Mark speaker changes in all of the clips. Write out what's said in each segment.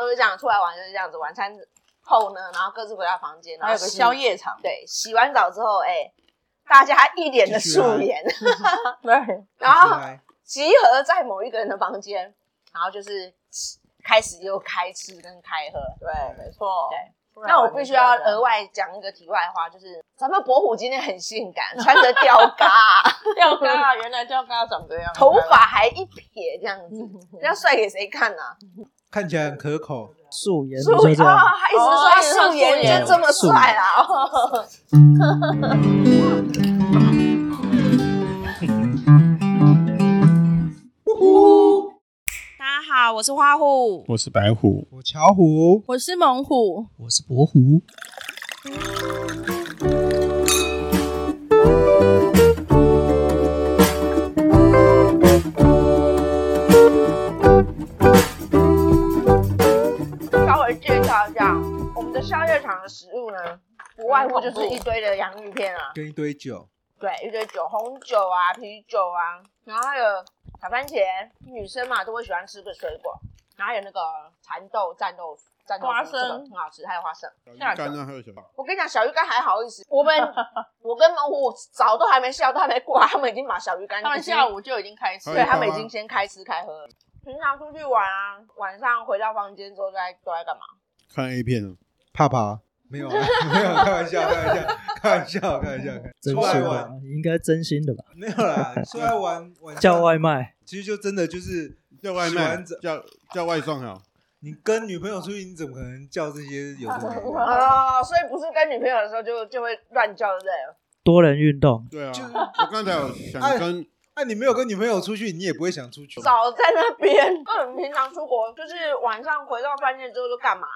Speaker 1: 就是这样，出来玩就是这样子。晚餐后呢，然后各自回到房间，然
Speaker 2: 还
Speaker 1: 后
Speaker 2: 有个
Speaker 1: 洗
Speaker 2: 宵夜场，
Speaker 1: 对，洗完澡之后，哎、大家一脸的素颜，
Speaker 2: 对，
Speaker 1: 然
Speaker 3: 起
Speaker 1: 后
Speaker 3: 来
Speaker 1: 集合在某一个人的房间，然后就是吃开始又开吃跟开喝。
Speaker 2: 对，没错。
Speaker 1: 对
Speaker 2: 不然
Speaker 1: 那我
Speaker 2: 完全
Speaker 1: 必须要
Speaker 2: 不知道
Speaker 1: 额外讲一个题外话，就是咱们博虎今天很性感，穿着吊 嘎，
Speaker 2: 吊嘎，原来吊嘎长这样，
Speaker 1: 头发还一撇这样子， 人家帅给谁看啊呐、
Speaker 3: 看起来很可口，
Speaker 4: 素颜
Speaker 1: 素
Speaker 4: 比
Speaker 1: 颜
Speaker 4: 较这样。
Speaker 1: 啊，还一直说他素
Speaker 2: 哦一直说素
Speaker 1: 颜
Speaker 2: 颜
Speaker 1: 就这么帅啦。哦
Speaker 5: 大家好，我是花虎。
Speaker 6: 我是白虎，
Speaker 3: 我巧虎，
Speaker 2: 我是猛虎，
Speaker 4: 我是博虎，
Speaker 1: 稍微介绍一下我们的宵夜场的食物呢，不外乎就是一堆的洋芋片啊，
Speaker 3: 跟一堆酒，
Speaker 1: 对，一堆酒，红酒啊、啤酒啊，然后还有小番茄，女生嘛都会喜欢吃个水果，然后还有那个蚕豆、战豆、战豆
Speaker 2: 花
Speaker 1: 这个
Speaker 2: 生
Speaker 1: 很好吃，还有花生。
Speaker 2: 下酒
Speaker 6: 那还有什么？
Speaker 1: 我跟你讲，小鱼干还好意思， 我们我跟猛虎早都还没笑，都还没过来，啊他们已经把小鱼干
Speaker 2: 他们
Speaker 1: 已经
Speaker 2: 下午就已经开
Speaker 3: 哎
Speaker 2: 始，
Speaker 6: 对
Speaker 1: 对他
Speaker 6: 好
Speaker 1: 们已
Speaker 6: 啊
Speaker 1: 经先开吃开喝了。平常出去玩啊，晚上回到房间之后都在都在干嘛？
Speaker 6: 看 A 片啊，
Speaker 3: 怕怕。没有啊，没有，开玩笑，开玩笑，开玩笑，开玩笑，开
Speaker 4: 真
Speaker 3: 出来
Speaker 4: 心
Speaker 3: 玩
Speaker 4: 吧，应该真心的吧？
Speaker 3: 没有啦，出来玩晚上
Speaker 4: 叫外卖，
Speaker 3: 其实就真的就是
Speaker 6: 叫外
Speaker 3: 喜
Speaker 6: 卖啊
Speaker 3: 欢这，
Speaker 6: 叫叫外送啊，
Speaker 3: 你跟女朋友出去，你怎么可能叫这些有的 没
Speaker 2: 嗯
Speaker 3: 的？
Speaker 1: 啊、所以不是跟女朋友的时候就就会乱叫，对不对？
Speaker 4: 多人 运动，
Speaker 6: 对啊
Speaker 3: 就是，
Speaker 6: 我刚才有想跟
Speaker 3: 那、你没有跟女朋友出去，你也不会想出去。
Speaker 1: 早在那 边。嗯，平常出国就是晚上回到饭店之后都干嘛？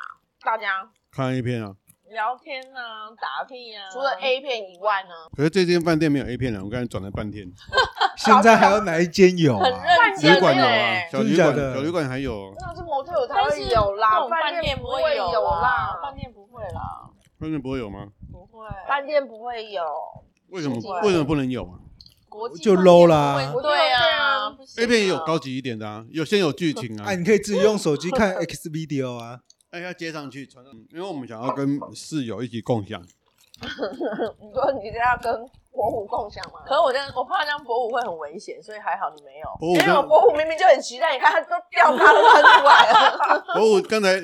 Speaker 1: 大家
Speaker 2: 嗯
Speaker 6: 看 A 片啊，
Speaker 2: 聊天啊，打屁啊，
Speaker 1: 除了 A 片以外呢？
Speaker 6: 可是这间饭店没有 A 片啊，我刚才转了半天，
Speaker 3: 现在还有哪一间有
Speaker 2: 很
Speaker 3: 啊？
Speaker 2: 认
Speaker 6: 旅
Speaker 2: 真
Speaker 6: 馆有啊，
Speaker 2: 欸
Speaker 6: 小旅
Speaker 3: 真的假的
Speaker 6: 馆小旅馆还有哦，
Speaker 1: 那是模特有才
Speaker 2: 但
Speaker 1: 会
Speaker 2: 是
Speaker 1: 有
Speaker 2: 这
Speaker 1: 啦，
Speaker 2: 种饭
Speaker 1: 店
Speaker 2: 不
Speaker 1: 不
Speaker 2: 会
Speaker 1: 会有
Speaker 2: 啦，
Speaker 1: 啦
Speaker 2: 饭，店不会啦，
Speaker 6: 外面不会有吗？
Speaker 2: 不会，
Speaker 1: 饭店不会有。
Speaker 6: 为什么
Speaker 2: 不会
Speaker 6: 为什么不能有啊
Speaker 2: 国际
Speaker 3: 就
Speaker 2: 饭店
Speaker 3: low 啦
Speaker 2: 不会对啊不行啊
Speaker 6: ？A 片也有高级一点的啊，有先有剧情啊
Speaker 3: 哎、，你可以自己用手机 看 X video 啊。
Speaker 6: 哎要接上去传上，因为我们想要跟室友一起共享，
Speaker 1: 你说你这要跟国虎共享吗？
Speaker 2: 可我这样，我怕这样博舞会很危险，所以还好你没有。
Speaker 6: 我
Speaker 1: 没有，
Speaker 6: 刚
Speaker 1: 国虎明明就很期待，你看他都掉咖都看出来了。
Speaker 6: 我刚才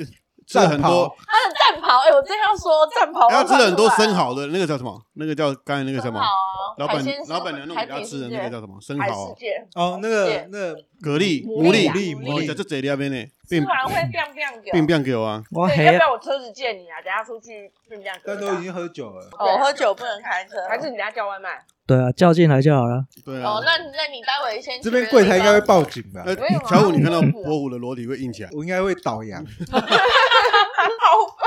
Speaker 6: 吃了很多，
Speaker 2: 他的 战袍，哎，我真要说战袍，
Speaker 6: 然后吃了很
Speaker 2: 哦
Speaker 6: 多生蚝的那个叫什么？那个叫刚才那个什么
Speaker 2: 生？蚝啊，
Speaker 6: 老
Speaker 2: 海
Speaker 6: 板
Speaker 2: 鲜
Speaker 6: 老板娘弄给他吃的那个叫什么生
Speaker 1: 海
Speaker 6: 蚝
Speaker 1: 世
Speaker 6: 啊、
Speaker 1: 界，
Speaker 3: 哦，那
Speaker 2: 对
Speaker 3: 个那个
Speaker 6: 蛤蜊、
Speaker 1: 牡蛎啊
Speaker 3: 牡
Speaker 6: 牡蛎，
Speaker 3: 蛎
Speaker 6: 我
Speaker 3: 牡
Speaker 6: 在
Speaker 3: 蛎，
Speaker 6: 这这里那边呢，
Speaker 2: 吃
Speaker 6: 并
Speaker 2: 完会 biang biang
Speaker 6: 并
Speaker 2: 掉。
Speaker 6: 不给我啊，
Speaker 4: 我
Speaker 1: 对，要
Speaker 4: 黑
Speaker 1: 不要我车子借你啊？等下出去跟人家。
Speaker 3: 但都已经喝酒了。
Speaker 2: 哦，喝酒不能开车，
Speaker 1: 还是你家叫外卖？
Speaker 4: 对啊，叫进来就好了。
Speaker 6: 对啊
Speaker 2: 哦，。那那你待会先去
Speaker 3: 嗯这边柜台应该会报警吧？
Speaker 6: 呃
Speaker 1: 没有啊，
Speaker 6: 小五，你看到
Speaker 1: 我不知道
Speaker 6: 博虎的裸体会硬起 来。
Speaker 3: 我应该会倒羊。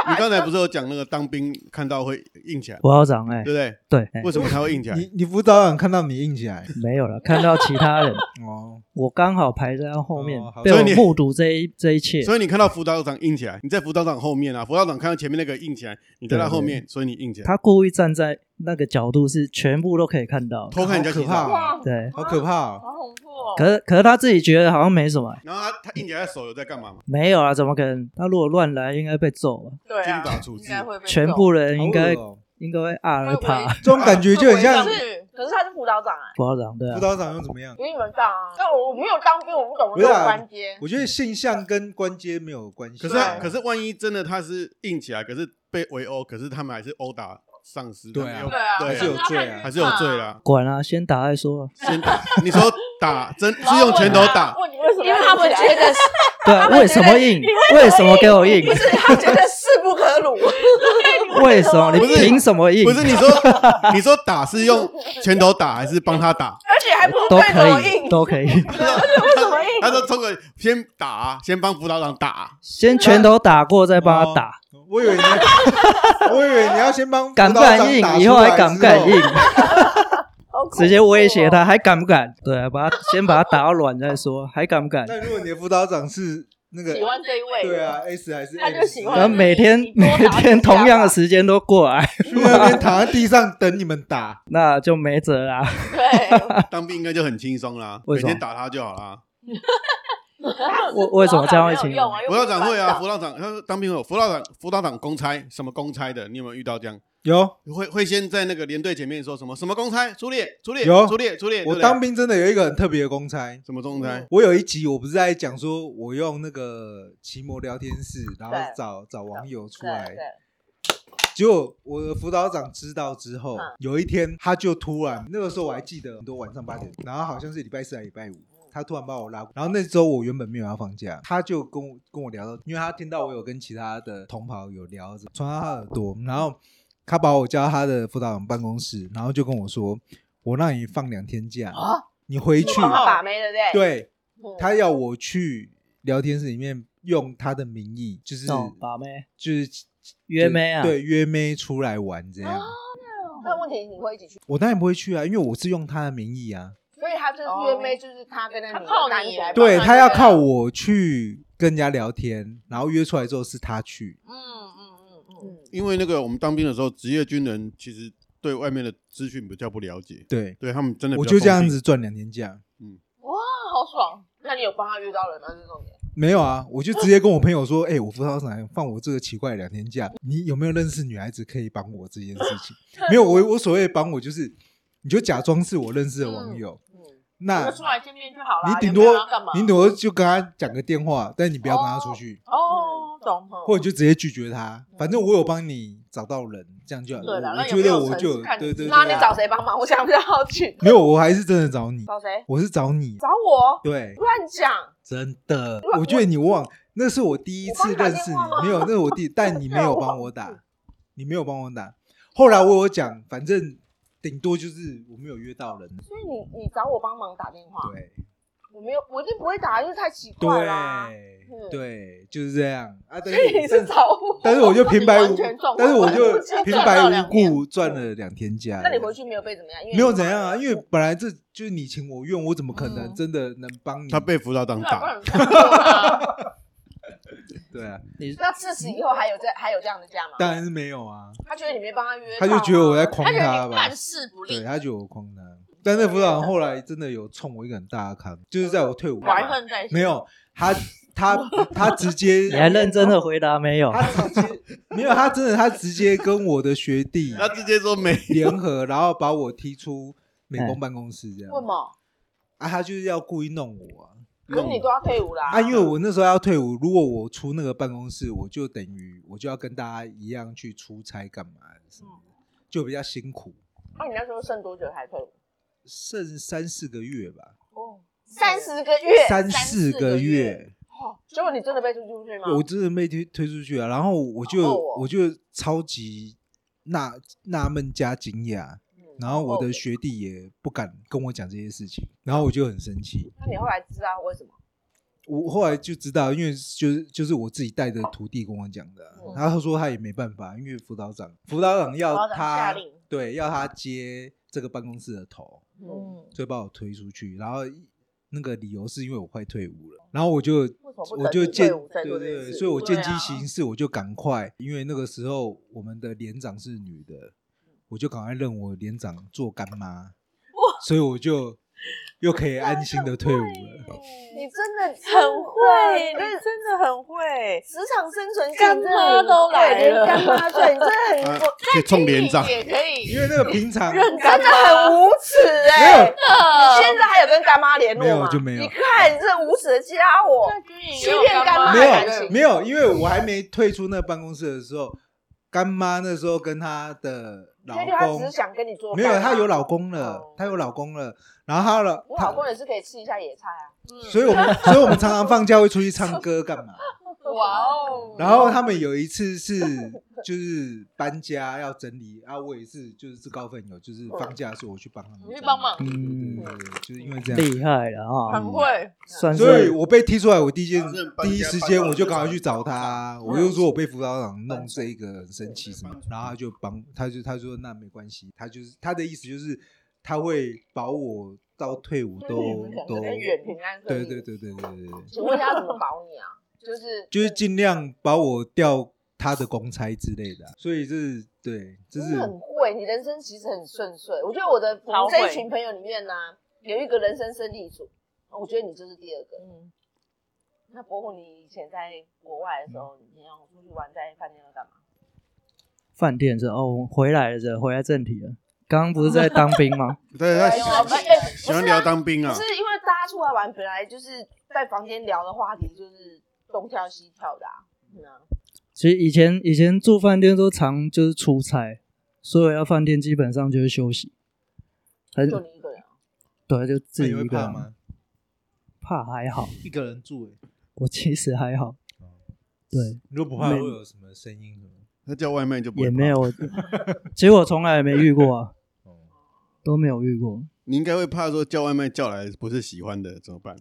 Speaker 6: 你刚才不是有讲那个当兵看到会 硬起来，
Speaker 4: 我要长哎、
Speaker 6: 对不对？
Speaker 4: 对，哎
Speaker 6: 为什么他会硬起来？
Speaker 3: 你你辅导长看到你硬起 来
Speaker 4: 没有了，看到其他人，
Speaker 3: 哦，
Speaker 4: 我刚好排在他后面
Speaker 3: 哦，好
Speaker 4: 被
Speaker 6: 所
Speaker 4: 我
Speaker 6: 以你
Speaker 4: 目睹这一这一切。
Speaker 6: 所以你看到辅导长硬起来，你在辅导长后面啊，辅导长看到前面那个硬起来，你在他后
Speaker 3: 啊
Speaker 6: 面，所以你硬起来，
Speaker 4: 他故意站在那个角度，是全部都可以看到的。
Speaker 6: 偷看人家洗
Speaker 3: 可
Speaker 6: 澡。
Speaker 3: 怕哦，
Speaker 4: 对，
Speaker 3: 好可怕哦！
Speaker 2: 好恐怖哦！
Speaker 4: 可是可是他自己觉得好像没什么、
Speaker 6: 然后他他硬起来的手有在干嘛吗？
Speaker 4: 没有啊，怎么可能？他如果乱来，应该被揍了。
Speaker 2: 对
Speaker 6: 军
Speaker 2: 啊，
Speaker 6: 法处
Speaker 2: 应
Speaker 6: 置。
Speaker 2: 该会被
Speaker 4: 全
Speaker 2: 揍
Speaker 4: 部人应该、
Speaker 3: 好恶哦
Speaker 4: 应该会啊
Speaker 2: 会
Speaker 4: 会怕
Speaker 2: 围。
Speaker 3: 这种感觉就很像
Speaker 2: 会围上去
Speaker 1: 可是他是辅导长哎，
Speaker 4: 不好长对啊
Speaker 3: 辅，导长又怎么样？
Speaker 1: 比你们大啊。但我我没有当兵，我不懂
Speaker 3: 不
Speaker 1: 这
Speaker 3: 是
Speaker 1: 种
Speaker 3: 啊
Speaker 1: 关节。
Speaker 3: 我觉得性向跟关节没有关系。
Speaker 6: 可是
Speaker 4: 啊
Speaker 6: 他可是万一真的他是硬起来，可是被围殴，可是他们还是殴打上司，
Speaker 3: 对啊
Speaker 6: 他们又
Speaker 2: 对啊，
Speaker 6: 对
Speaker 3: 还是有罪啊
Speaker 6: 还是有罪。啦。
Speaker 4: 管啊，先打再说。
Speaker 6: 先打，你说打真是用拳头打，
Speaker 2: 啊问你为什么？
Speaker 1: 因为他们觉得是，
Speaker 4: 对啊，为什么硬？为什么给我硬？
Speaker 1: 不是他觉得势不可辱，
Speaker 4: 为什么？你
Speaker 6: 不是
Speaker 4: 凭什么硬？
Speaker 6: 不是你说你说打是用拳头打还是帮他打？
Speaker 1: 而且还不是
Speaker 4: 都
Speaker 1: 对手
Speaker 4: 可 以，
Speaker 1: 硬，
Speaker 4: 都可以。
Speaker 1: 为什么硬？
Speaker 6: 他说冲个先打，啊先帮辅导长打，
Speaker 4: 先拳头打过，再帮他打。
Speaker 3: 我以为你， 我以为你要先帮？
Speaker 4: 敢不敢硬？以后还敢不敢硬？
Speaker 1: 好恐怖哦
Speaker 4: 直接威胁。他，还敢不敢？对啊，把他先把他打到软再说，还敢不敢？
Speaker 3: 那如果你的辅导长是那个
Speaker 2: 喜，欢这一位，
Speaker 3: 对啊，S 还是 M,
Speaker 2: 他就喜欢
Speaker 4: 然后每天
Speaker 2: 你多打
Speaker 4: 每
Speaker 2: 几下吧
Speaker 4: 天同样的时间都过来，
Speaker 3: 去那边躺在地上等你们打，
Speaker 4: 那就没辙啦。
Speaker 2: 对，
Speaker 6: 啊当兵应该就很轻松啦，
Speaker 4: 为
Speaker 6: 每
Speaker 4: 什么
Speaker 6: 天打他就好啦。
Speaker 4: 我为什么这样会请
Speaker 1: 辅导长没有用啊？
Speaker 2: 哎
Speaker 6: 辅导长会啊，
Speaker 1: 又不
Speaker 6: 辅导长，他当兵会有辅导长，辅导长公差什么公差的，你有没 有遇到这样？
Speaker 3: 有，
Speaker 6: 会会先在那个连队前面说什么什么公差？出列，出列，
Speaker 3: 有
Speaker 6: 出列，出列。对
Speaker 3: 我
Speaker 6: 不对
Speaker 3: 当兵真的有一个很特别的公差。
Speaker 6: 什么
Speaker 1: 哦
Speaker 6: 公差？
Speaker 3: 我有一集我不是在讲说，我用那个奇摩聊天室，然后
Speaker 1: 对
Speaker 3: 找找网友出
Speaker 1: 管
Speaker 3: 来
Speaker 1: 对，对，
Speaker 3: 结果我的辅导长知道之后
Speaker 1: 嗯，
Speaker 3: 有一天他就突然，那个时候我还记得很多晚上八点，然后好像是礼拜四还是礼拜五，他突然把我拉过，然后那周我原本没有要放假，他就跟我跟我聊到，因为他听到我有跟其他的同袍有聊着，传到他耳朵，然后他把我叫到他的辅导长办公室，然后就跟我说，我让你放两天假，
Speaker 1: 啊
Speaker 3: 你回去，
Speaker 1: 帮他把妹对不对？
Speaker 3: 对
Speaker 1: 嗯
Speaker 3: 他要我去聊天室里面用他的名义，就是
Speaker 4: 懂哦把妹
Speaker 3: 就是
Speaker 4: 约妹啊？，
Speaker 3: 对，约妹出来玩这样。
Speaker 1: 哦那问题你会一起去，
Speaker 3: 我当然不会去啊，因为我是用他的名义啊，
Speaker 1: 所以他就是约妹，就是他跟那女的
Speaker 2: 哦他靠你
Speaker 1: 单独
Speaker 2: 耶
Speaker 3: 对
Speaker 2: 帮他
Speaker 3: 他要
Speaker 2: 约啊
Speaker 3: 靠我去跟人家聊天，然后约出来之后是他去。
Speaker 1: 嗯嗯嗯嗯嗯，
Speaker 6: 因为那个我们当兵的时候，职业军人其实对外面的资讯比较不了解，
Speaker 3: 对，
Speaker 6: 对他们真的比
Speaker 3: 我
Speaker 6: 较
Speaker 3: 就这样
Speaker 6: 封闭。
Speaker 3: 子赚两天假。
Speaker 1: 那啊好爽。那你有帮他约到人吗？这种点
Speaker 3: 没有啊，我就直接跟我朋友说，哎、我辅导长放我这个奇怪的两天假，你有没有认识女孩子可以帮我这件事 情？没有，我我所谓的帮我就是，你就假装是我认识的网友，
Speaker 1: 嗯，
Speaker 3: 那
Speaker 2: 就出来见面就好了。
Speaker 3: 你顶
Speaker 2: 有没
Speaker 3: 多
Speaker 2: 有要干嘛？
Speaker 3: 你顶多就跟他讲个电话，但你不要跟他出去。
Speaker 2: 哦，懂。
Speaker 3: 或者就直接拒绝他，反正我有帮你找到人，这样就好。
Speaker 2: 对啦
Speaker 3: 我
Speaker 2: 那
Speaker 3: 我
Speaker 2: 有
Speaker 3: 觉
Speaker 2: 没有
Speaker 3: 得我
Speaker 2: 诚
Speaker 3: 就
Speaker 2: 实
Speaker 3: 有
Speaker 2: 看
Speaker 3: 对
Speaker 2: 你
Speaker 3: 对对。
Speaker 1: 那你
Speaker 3: 对啊
Speaker 1: 找谁帮忙？我想比较好奇。
Speaker 3: 没有？我还是真的找你，
Speaker 1: 找谁？
Speaker 3: 我是找你。
Speaker 1: 找我？啊
Speaker 3: 对，
Speaker 1: 乱讲。
Speaker 3: 真的，我觉得你忘，那是我第一次认识
Speaker 1: 我帮你打电话吗
Speaker 3: 你，没有，那是我第，但你没有帮我打，你没有帮我打。后来我有讲，反正顶多就是我没有约到人，
Speaker 1: 所以你你找我帮忙打电话，
Speaker 3: 对
Speaker 1: 我没有，我一定不会打，因为太奇怪啦。嗯
Speaker 3: 对对，就是这样啊。但
Speaker 1: 所以你是
Speaker 3: 是
Speaker 1: 找我？
Speaker 3: 但是我就平白无
Speaker 2: 完全撞，
Speaker 3: 但是我
Speaker 2: 完
Speaker 3: 就
Speaker 2: 全撞
Speaker 3: 平白
Speaker 2: 到两
Speaker 3: 无
Speaker 2: 天
Speaker 3: 故赚了两天假。
Speaker 1: 那你回去没有被怎么样？因为
Speaker 3: 没有怎样啊，因为本来这就是你情我愿，我怎么可能
Speaker 1: 嗯
Speaker 3: 真的能帮你？
Speaker 6: 他被辅导长
Speaker 2: 对啊 不
Speaker 6: 打，
Speaker 2: 然怎么办啊
Speaker 3: 对啊，
Speaker 4: 你
Speaker 1: 那自此以后还有这还有这样的假吗？
Speaker 3: 当然是没有啊，
Speaker 1: 他觉得你没帮他约到
Speaker 3: 他
Speaker 1: 啊，
Speaker 3: 就觉得我在诓
Speaker 2: 他觉得
Speaker 3: 他
Speaker 2: 你
Speaker 3: 吧
Speaker 2: 办，事不
Speaker 3: 对
Speaker 2: 力，
Speaker 3: 他觉得我诓他。但是辅导长后来真的有冲我一个很大的坑，就是在我退伍
Speaker 2: 怀恨在心。
Speaker 3: 没有他， 他他直接
Speaker 4: 你还认真的回答没有？
Speaker 3: 他直接没有他真的他直接跟我的学弟
Speaker 6: 他直接说没
Speaker 3: 联合，然后把我踢出美
Speaker 4: 嗯
Speaker 3: 工办公室这样
Speaker 1: 为什么？
Speaker 3: 啊，他就是要故意弄我啊。
Speaker 1: 可是你都要退伍啦。
Speaker 3: 啊，因为我那时候要退伍，如果我出那个办公室，我就等于我就要跟大家一样去出差干嘛的什么的，就比较辛苦，
Speaker 1: 那你那时候剩多久才退伍？
Speaker 3: 剩三四个月吧，
Speaker 1: 哦，三十个月。
Speaker 3: 三
Speaker 2: 三四
Speaker 3: 四个
Speaker 2: 个月
Speaker 3: 月，
Speaker 1: 哦，结果你真的被推出去吗？
Speaker 3: 我真的被推推出去啊，然后我就、
Speaker 1: 好厚哦
Speaker 3: 我就超级纳纳闷加惊讶，
Speaker 1: 嗯
Speaker 3: 然后我
Speaker 1: 哦
Speaker 3: 的学弟也不敢跟我讲这些事情，然后我就很生气，
Speaker 1: 那你后来知道为什么？
Speaker 3: 我后来就知道，因为就是就是我自己带的徒弟跟我讲的啊、
Speaker 1: 嗯
Speaker 3: 然后他说他也没办法，因为辅导长辅导长要
Speaker 2: 辅导长
Speaker 3: 他
Speaker 2: 下令
Speaker 3: 对要他接这个办公室的头，
Speaker 1: 嗯，
Speaker 3: 所以把我推出去，然后那个理由是因为我快退伍了，然后我就
Speaker 1: 为什么不
Speaker 3: 我
Speaker 1: 等
Speaker 3: 就
Speaker 1: 你
Speaker 3: 见
Speaker 1: 退伍再
Speaker 3: 对
Speaker 1: 做这件
Speaker 3: 对，
Speaker 1: 事
Speaker 3: 所以我
Speaker 2: 对
Speaker 3: 见机
Speaker 2: 啊
Speaker 3: 行事，我就赶快，因为那个时候我们的连长是女的，
Speaker 1: 嗯
Speaker 3: 我就赶快认我连长做干妈，所以我就又可以安心的退伍了。
Speaker 1: 你真的
Speaker 2: 很会，
Speaker 1: 你
Speaker 2: 你
Speaker 1: 真的
Speaker 2: 真的很会。
Speaker 1: 职场生存
Speaker 2: 干
Speaker 1: 技
Speaker 2: 妈都来
Speaker 1: 对连
Speaker 2: 了
Speaker 1: 干 妈对，你真的
Speaker 6: 啊
Speaker 1: 很，我
Speaker 6: 可以冲连长，
Speaker 2: 也可以
Speaker 3: 因为那个平常
Speaker 2: 认
Speaker 1: 真
Speaker 2: 干
Speaker 1: 的很
Speaker 2: 妈，
Speaker 1: 无耻哎！
Speaker 3: 没
Speaker 1: 你现在还有跟干妈联络吗？
Speaker 3: 没有就没有
Speaker 1: 你看你这无耻的家伙，
Speaker 2: 欺
Speaker 1: 欺骗干妈
Speaker 3: 没
Speaker 1: 的感
Speaker 3: 有
Speaker 1: 情
Speaker 3: 没有，因为我还没退出那个办公室的时候，干妈那时候跟她的
Speaker 1: 你
Speaker 3: 老
Speaker 1: 确定他只
Speaker 3: 公
Speaker 1: 是想跟你做
Speaker 3: 没
Speaker 1: 干妈？
Speaker 3: 有，她有老公了
Speaker 1: 哦，
Speaker 3: 她有老公了，然后她老
Speaker 1: 我
Speaker 3: 她
Speaker 1: 老公也是可以吃一下野菜啊。
Speaker 3: 所以 我们所以我们常常放假会出去唱歌干嘛？
Speaker 2: 哇哦！
Speaker 3: 然后他们有一次是就是搬家要整理啊，我也是就是自告奋勇，就是
Speaker 1: 嗯
Speaker 3: 放假的时候我去帮他们
Speaker 2: 你去
Speaker 3: 整
Speaker 2: 帮
Speaker 3: 理
Speaker 2: 忙
Speaker 4: 嗯
Speaker 3: 对，对对就是因为这样，
Speaker 4: 厉害了啊，
Speaker 2: 很会，
Speaker 4: 算
Speaker 3: 所以
Speaker 4: 是
Speaker 3: 我被踢出来，我第一件
Speaker 6: 反正搬家
Speaker 3: 第一时间我就赶快去找他，我就说我被辅导长弄这一个很生气什么
Speaker 6: 搬，出
Speaker 3: 然后他就帮，他就他说那没关系，他就是他的意思就是他会保我到退伍
Speaker 1: 就是你
Speaker 3: 都
Speaker 1: 们可能
Speaker 3: 都，
Speaker 1: 跟远平安可以
Speaker 3: 对对对对对对对，
Speaker 1: 请问一下他怎么保你啊？就是
Speaker 3: 就是尽量把我调他的公差之类的啊，所以这是对，这
Speaker 1: 真
Speaker 3: 是
Speaker 1: 的很会，你人生其实很顺遂。我觉得我的我们
Speaker 2: 超
Speaker 1: 这一
Speaker 2: 会
Speaker 1: 群朋友里面呢、有一个人生胜利组，我觉得你就是第二个。
Speaker 2: 嗯，
Speaker 1: 那伯虎，你以前在国外的时候，你要出去玩，在饭店要
Speaker 6: 嗯
Speaker 1: 干嘛？
Speaker 4: 饭店是哦，回来了这回来正题了。刚刚不是在当兵吗？
Speaker 6: 对，他
Speaker 1: 哎
Speaker 6: 喜
Speaker 1: 呦
Speaker 6: 欢
Speaker 1: 不哎不
Speaker 6: 喜欢
Speaker 1: 是
Speaker 6: 聊
Speaker 1: 啊
Speaker 6: 当兵
Speaker 1: 不
Speaker 6: 啊，
Speaker 1: 是因为大家出来玩，本来就是在房间聊的话题就是东跳西跳的啊。嗯啊
Speaker 4: 其实以前以前住饭店都常就是出差，所以要饭店基本上就是休息，很
Speaker 1: 就你一个人啊，
Speaker 6: 嗯
Speaker 4: 对，就自
Speaker 3: 那
Speaker 4: 己
Speaker 3: 你会
Speaker 4: 一个啊
Speaker 3: 怕
Speaker 4: 人。
Speaker 3: 吗？
Speaker 4: 怕还好，
Speaker 3: 一个人住、欸，
Speaker 4: 我其实还好，对，
Speaker 3: 你如果不怕会
Speaker 4: 没
Speaker 3: 有什么声音什么？
Speaker 6: 他叫外卖就不会
Speaker 4: 也
Speaker 6: 怕
Speaker 4: 没。有， 其实我从来没遇过啊，
Speaker 3: 哦，
Speaker 4: 都没有遇过，
Speaker 6: 你应该会怕说叫外卖叫来不是喜欢的怎么办？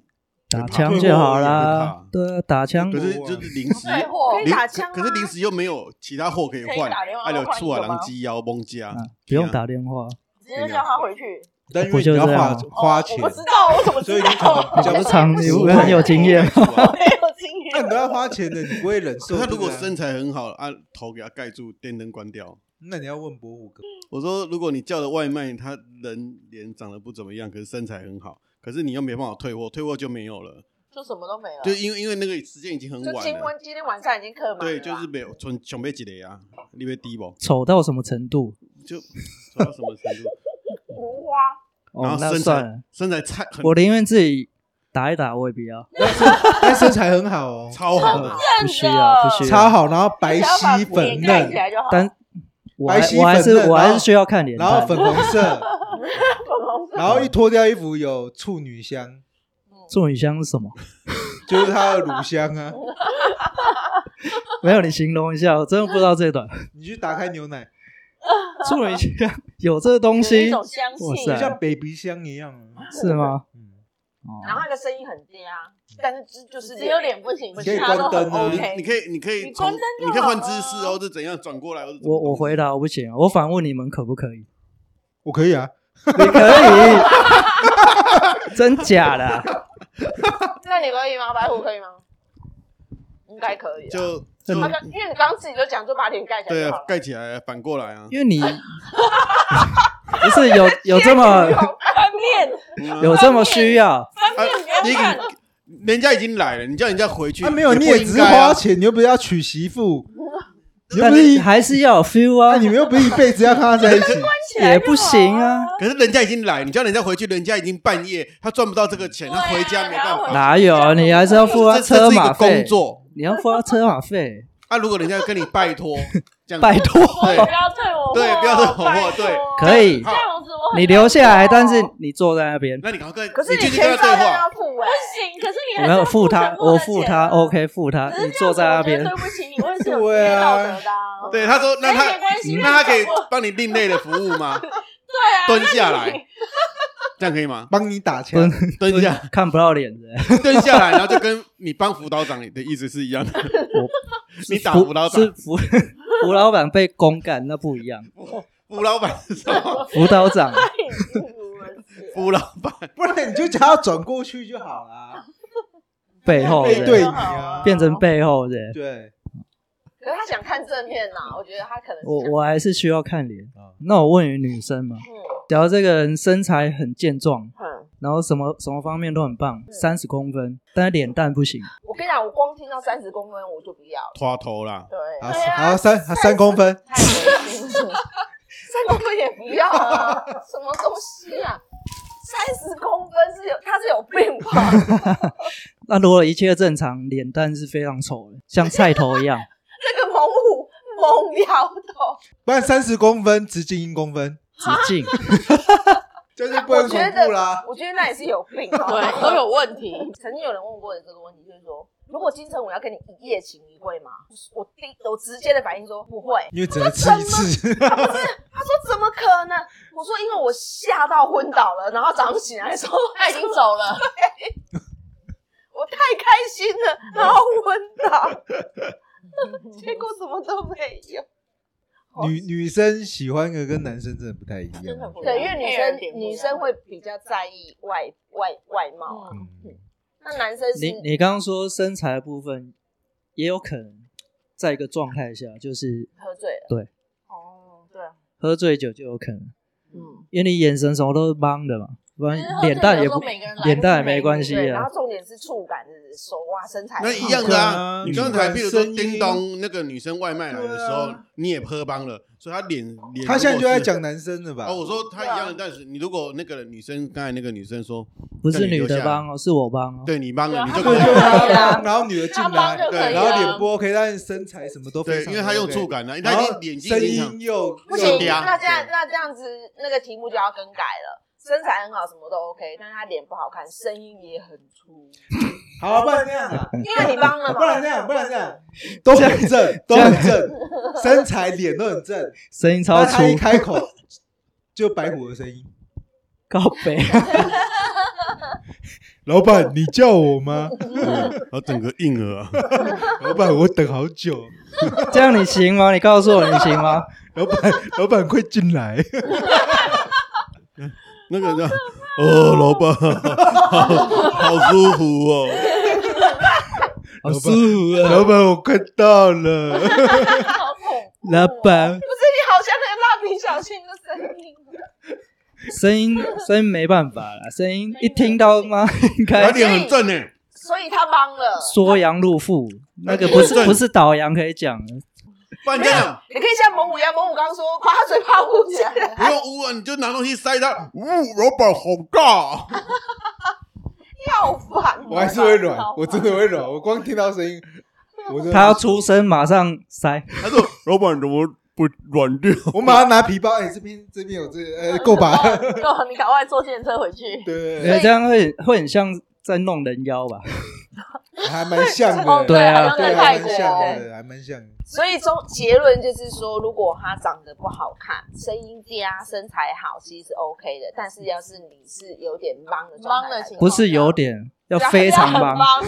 Speaker 4: 打
Speaker 6: 怕
Speaker 4: 枪就好啦，
Speaker 6: 对
Speaker 4: 对啊，打枪
Speaker 6: 可，是就是临时，
Speaker 1: 退货哦可以
Speaker 6: 临
Speaker 1: 打枪吗啊
Speaker 6: 可是临时又没有其他货可以
Speaker 1: 可以
Speaker 6: 换，
Speaker 1: 打电话
Speaker 6: 还有
Speaker 1: 换一
Speaker 6: 醋啊、
Speaker 1: 个吗
Speaker 6: 狼鸡腰、崩鸡啊
Speaker 4: 啊，不用打电话，
Speaker 1: 直接叫他回去。
Speaker 3: 但因为
Speaker 4: 不
Speaker 3: 你
Speaker 4: 就
Speaker 3: 要花
Speaker 4: 这样啊吗
Speaker 3: 花
Speaker 1: 哦
Speaker 3: 钱
Speaker 1: 我，不知道，我怎么
Speaker 3: 所以
Speaker 1: 知
Speaker 3: 你可能
Speaker 1: 道？
Speaker 3: 比较
Speaker 4: 不常，你
Speaker 3: 不
Speaker 4: 不是很有经验吗？
Speaker 6: 醋啊。
Speaker 1: 没有经
Speaker 3: 那你
Speaker 1: 验。
Speaker 3: 都要花钱的，你不会忍受这个啊。
Speaker 6: 可是他如果身材很好啊，头给他盖住，电灯关掉。
Speaker 3: 那你要问博虎哥，
Speaker 6: 我说，如果你叫的外卖，他人脸长得不怎么样，可是身材很好，可是你又没办法退货，退货就没有了，
Speaker 1: 就什么都没了。
Speaker 6: 就因为因为那个时间已经很
Speaker 1: 就
Speaker 6: 晚
Speaker 1: 今
Speaker 6: 了。
Speaker 1: 晚今天晚上已经
Speaker 2: 啊
Speaker 1: 客满了啦。
Speaker 6: 对，就是没有纯穷被几雷啊，你被低不？
Speaker 4: 丑到什么程度？
Speaker 6: 就丑到什么程度？
Speaker 1: 无花。
Speaker 6: 然
Speaker 4: 哦，
Speaker 6: 后
Speaker 4: 那
Speaker 6: 身
Speaker 4: 算
Speaker 6: 材
Speaker 4: 了，
Speaker 6: 身材菜很
Speaker 4: 我宁愿自己打一打，我也不要，
Speaker 3: 但身材很好哦，
Speaker 6: 超好的，
Speaker 4: 不需要，不需
Speaker 3: 超
Speaker 4: 要，
Speaker 3: 好，然后白
Speaker 1: 只要把
Speaker 3: 皙
Speaker 1: 脸
Speaker 3: 粉
Speaker 1: 盖起
Speaker 3: 嫩，
Speaker 1: 来就好。
Speaker 4: 但我
Speaker 3: 白
Speaker 4: 还
Speaker 3: 皙
Speaker 4: 我还
Speaker 3: 粉
Speaker 4: 是
Speaker 3: 嫩
Speaker 4: 我还
Speaker 3: 然后
Speaker 4: 是需要看脸
Speaker 3: 然后
Speaker 4: 蛋，
Speaker 3: 粉红色，
Speaker 1: 粉红色
Speaker 3: 然后一脱掉衣服有处女香，
Speaker 4: 祝你香是什么？
Speaker 3: 就是他的乳 香啊。
Speaker 4: 没有，你形容一下，我真的不知道这 段。
Speaker 3: 你去打开牛奶，
Speaker 4: 祝你香有这东
Speaker 1: 有一
Speaker 4: 西
Speaker 1: 种相
Speaker 4: 哇
Speaker 1: 信
Speaker 4: 塞
Speaker 3: 就，像 baby 香一样啊。
Speaker 4: 是吗？
Speaker 3: 嗯，
Speaker 4: 哦
Speaker 1: 然后他的声音很低啊，但是就就是
Speaker 2: 只有脸不行，
Speaker 1: 不
Speaker 3: 你
Speaker 1: 是
Speaker 3: 可以
Speaker 1: 他
Speaker 3: 关
Speaker 1: 都
Speaker 3: 灯
Speaker 1: 很
Speaker 3: 啊
Speaker 6: 你
Speaker 1: OK。
Speaker 6: 你可以你可以
Speaker 1: 你
Speaker 6: 从
Speaker 1: 关灯就
Speaker 6: 你可以换
Speaker 1: 好
Speaker 6: 姿势
Speaker 1: 了
Speaker 6: 哦，是怎样转过来？
Speaker 4: 我我回答我不行，我反问你们可不可以？
Speaker 3: 我可以啊，
Speaker 4: 你可以， 真假的啊、
Speaker 1: 那你可以吗？白虎可以吗？应该可以啊。
Speaker 6: 就就
Speaker 1: 他刚，因为你刚刚自己就讲，就把脸盖起来
Speaker 6: 对
Speaker 1: 就
Speaker 6: 啊
Speaker 1: 好，了。
Speaker 6: 盖起来反过来啊，
Speaker 4: 因为你 不是有有这么
Speaker 1: 翻面，
Speaker 6: 嗯啊
Speaker 4: 有这么需要，
Speaker 6: 啊
Speaker 1: 翻
Speaker 6: 你
Speaker 1: 面
Speaker 6: 已
Speaker 1: 不要看。
Speaker 6: 经人家已经来了，你叫人家回去，
Speaker 3: 啊没有，
Speaker 6: 也
Speaker 3: 你
Speaker 6: 不
Speaker 3: 也
Speaker 6: 应
Speaker 3: 只是
Speaker 6: 该啊
Speaker 3: 花钱，你又不是要娶媳 妇，你又
Speaker 4: 但
Speaker 3: 不是
Speaker 4: 是
Speaker 3: 一，
Speaker 4: 还是要有 feel
Speaker 3: 啊
Speaker 4: 啊，
Speaker 3: 你们又不是一辈子要跟他 在一起，
Speaker 4: 也不行啊，
Speaker 6: 可是人家已经来，你叫人家回去，人家已经半夜，他赚不到这个钱，
Speaker 1: 对啊
Speaker 6: 他回家没办
Speaker 1: 然后
Speaker 6: 法。
Speaker 4: 哪有？啊你还是要付他
Speaker 6: 这这
Speaker 4: 车
Speaker 6: 是一个
Speaker 4: 马费
Speaker 6: 工，作
Speaker 4: 你要付他车马费，
Speaker 6: 啊！如果人家跟你拜托，这样
Speaker 4: 拜托，
Speaker 6: 对
Speaker 1: 不要对我，
Speaker 6: 对不要对我货
Speaker 1: 拜托
Speaker 6: 对
Speaker 4: 可以
Speaker 1: 这样子我很
Speaker 4: 你留下来，但是你坐在那
Speaker 1: 哎
Speaker 4: 边，
Speaker 6: 那你赶快跟，
Speaker 1: 可是
Speaker 6: 你去跟
Speaker 1: 钱
Speaker 6: 他对
Speaker 1: 照样
Speaker 6: 话，
Speaker 1: 要付哎，不行，可是
Speaker 4: 我要付他，我付
Speaker 1: 啊
Speaker 4: 他，OK，付他，你坐在那边
Speaker 1: 对，不起，你会是有
Speaker 3: 对啊
Speaker 1: 道德的啊。
Speaker 6: 对他说，那
Speaker 1: 没
Speaker 6: 他
Speaker 1: 关系
Speaker 6: 那他可以
Speaker 1: 那你走过
Speaker 6: 帮你另类的服务吗？
Speaker 1: 对啊，
Speaker 6: 蹲下
Speaker 1: 那你
Speaker 6: 来， 这样可以吗？
Speaker 3: 帮你打枪，
Speaker 6: 蹲 下，
Speaker 4: 看不到脸的，
Speaker 6: 蹲下来，然后就跟你帮辅导长的意思是一样的。 你打
Speaker 4: 服
Speaker 6: 吴老板
Speaker 4: 是服服老板被公干，那不 一样，
Speaker 6: 吴老板是什么？
Speaker 4: 辅导长。
Speaker 6: 吴老板
Speaker 3: 不然你就叫他转过去就好啦，
Speaker 4: 背后
Speaker 3: 背
Speaker 4: 的
Speaker 3: 对你啊，
Speaker 4: 变成背后的。
Speaker 3: 对，
Speaker 1: 可是他想看正面呐，我觉得他可能是
Speaker 4: 我我还是需要看脸
Speaker 3: 啊。
Speaker 4: 那我问你女生嘛，只要这个人身材很健壮，
Speaker 1: 嗯嗯，
Speaker 4: 然后什么什么方面都很棒，三十公分，但是脸蛋不行，
Speaker 1: 我跟你讲，我光听到三十公分我就不要了。
Speaker 6: 拖头啦，
Speaker 1: 对，
Speaker 3: 好，
Speaker 1: 对啊
Speaker 3: 好三好三公分，
Speaker 1: 太恶心了三公分也不要 啊，什么东西啊？三十公分是有，他是有病吧？
Speaker 4: 那如果一切正常，脸蛋是非常丑的，像菜 头一样。
Speaker 1: 这个猛虎猛摇头，
Speaker 3: 不然三十公分直径一公分，
Speaker 4: 直径，
Speaker 3: 这就不
Speaker 1: 我
Speaker 3: 很
Speaker 1: 觉
Speaker 3: 恐
Speaker 1: 得
Speaker 3: 怖啦。
Speaker 1: 我觉得那也是有病，好不好
Speaker 2: 对，都有问题。
Speaker 1: 曾经有人问过的这个问题，就是说，如果金城武要跟你一夜情，你会吗？我第我直接的反应说不会。
Speaker 3: 因为只能吃一次，
Speaker 1: 他说怎么可能？我说因为我吓到昏倒了，然后早上醒来的时候
Speaker 2: 他已经走了，
Speaker 1: 我太开心了，然后昏 倒，结果什么都没有。
Speaker 3: 女女生喜欢的跟男生真的不太一样。
Speaker 2: 真的不一样
Speaker 1: 对，因为女生
Speaker 2: care 点不一样
Speaker 1: 女生会比较在意外外外貌啊，
Speaker 3: 嗯
Speaker 1: 那男生是
Speaker 4: 你你刚刚说身材的部分，也有可能在一个状态下，就是
Speaker 1: 喝醉了。
Speaker 4: 对。
Speaker 1: 哦，对，
Speaker 4: 喝醉酒就有可能，
Speaker 1: 嗯，
Speaker 4: 因为你眼神什么都是懵的嘛，反
Speaker 2: 其实
Speaker 4: 正
Speaker 2: 喝醉
Speaker 4: 嗯脸蛋
Speaker 2: 有
Speaker 4: 也
Speaker 2: 时候
Speaker 4: 不
Speaker 2: 每个人来
Speaker 4: 脸
Speaker 2: 不
Speaker 4: 蛋
Speaker 2: 是
Speaker 4: 也没
Speaker 2: 每
Speaker 4: 关系
Speaker 1: 对，然
Speaker 4: 啊
Speaker 1: 后。重点是触感的手哇，身材
Speaker 6: 那
Speaker 1: 好
Speaker 6: 一样的啊，
Speaker 3: 对啊
Speaker 6: 你刚才
Speaker 3: 你
Speaker 6: 比如
Speaker 3: 不管声
Speaker 6: 说
Speaker 3: 音
Speaker 6: 叮咚那个女生外卖来的时候
Speaker 3: 对啊，
Speaker 6: 你也喝帮了，所以她脸脸
Speaker 3: 他现在就在讲
Speaker 6: 的。
Speaker 3: 男生了吧？
Speaker 6: 哦，我说她一样的，但是你如果那个女生刚才那个女生说，
Speaker 4: 不
Speaker 6: 叫
Speaker 4: 是
Speaker 6: 你
Speaker 4: 女
Speaker 6: 留
Speaker 4: 的
Speaker 6: 下
Speaker 4: 帮哦，是我帮哦。
Speaker 6: 对你帮了，
Speaker 2: 对啊
Speaker 6: 你
Speaker 3: 对，
Speaker 6: 就可
Speaker 3: 就
Speaker 6: 以，
Speaker 3: 他
Speaker 1: 啊
Speaker 3: 帮，然后女的进
Speaker 2: 他帮
Speaker 3: 来，
Speaker 2: 就可
Speaker 6: 对
Speaker 2: 以
Speaker 3: 然后
Speaker 2: 啊
Speaker 3: 脸不 OK，但是身材什么都非
Speaker 6: 对，
Speaker 3: 常，
Speaker 6: 因为她用触，感呢，因为
Speaker 3: 然
Speaker 6: 她
Speaker 3: 后
Speaker 6: 一眼睛
Speaker 3: 声
Speaker 6: 非常
Speaker 3: 音又
Speaker 1: 不
Speaker 6: 又
Speaker 1: 行，
Speaker 6: 嗲
Speaker 1: 那这样那这样子，那个题目就要更改了。身材很好，什么都 OK，但是他脸不好看，声音也很粗。
Speaker 3: 好，不然这样啊，
Speaker 1: 因为你帮了
Speaker 3: 不然
Speaker 1: 嘛，
Speaker 3: 这样，不然这样，都很 正，都很正，身材脸都很正，
Speaker 4: 声音超
Speaker 3: 但
Speaker 4: 粗
Speaker 3: 他，一开口就白虎的声音。
Speaker 4: 高北。
Speaker 3: 老板，你叫我吗？
Speaker 6: 然后哦整个硬了啊。
Speaker 3: 老板，我等好 久。
Speaker 4: 这样你行吗？你告诉我你行 吗？
Speaker 3: 老板，老板，快进来！
Speaker 6: 那个叫 哦，老板，好好舒服哦。
Speaker 4: 好舒服啊，
Speaker 3: 老板，我快到了。
Speaker 1: 好恐怖！
Speaker 4: 老板，
Speaker 1: 不是你好像那个蜡笔小新的声音，
Speaker 4: 声音声音没办法啦，声音一听到妈应
Speaker 6: 他
Speaker 4: 该
Speaker 6: 脸很正呢，
Speaker 1: 所以他帮了。
Speaker 4: 缩阳入腹，那个不是不是导阳可以讲的，
Speaker 6: 不然这样
Speaker 1: 你可以像蒙五一样，蒙五刚刚说夸他嘴巴捂起来。
Speaker 6: 不用污啊，你就拿东西塞他。呜，老板好尬啊，
Speaker 1: 要饭，
Speaker 3: 我还是会软，我真的会软。我光听到声音，我就
Speaker 4: 他要出声马上塞，
Speaker 6: 他说老板怎么不软掉？
Speaker 3: 我马上拿皮包。哎、这边这边有这个呃，够吧？
Speaker 1: 哦
Speaker 2: 够，你赶快坐电车回去。
Speaker 3: 对，啊
Speaker 4: 因为这样会会很像在弄人妖吧？
Speaker 3: 还蛮像
Speaker 2: 哦
Speaker 3: 的，
Speaker 4: 对啊
Speaker 2: 好像
Speaker 3: 对，
Speaker 2: 在
Speaker 3: 还
Speaker 2: 泰
Speaker 3: 蛮
Speaker 2: 国
Speaker 3: 像的，还蛮像的。
Speaker 1: 所以中结论就是说，如果他长得不好看，声音低啊，身材好，其实是 OK 的。但是要是你是有点忙的状态
Speaker 2: 忙的情况
Speaker 4: 不是有点，要非常忙，
Speaker 2: 啊忙，
Speaker 1: 哦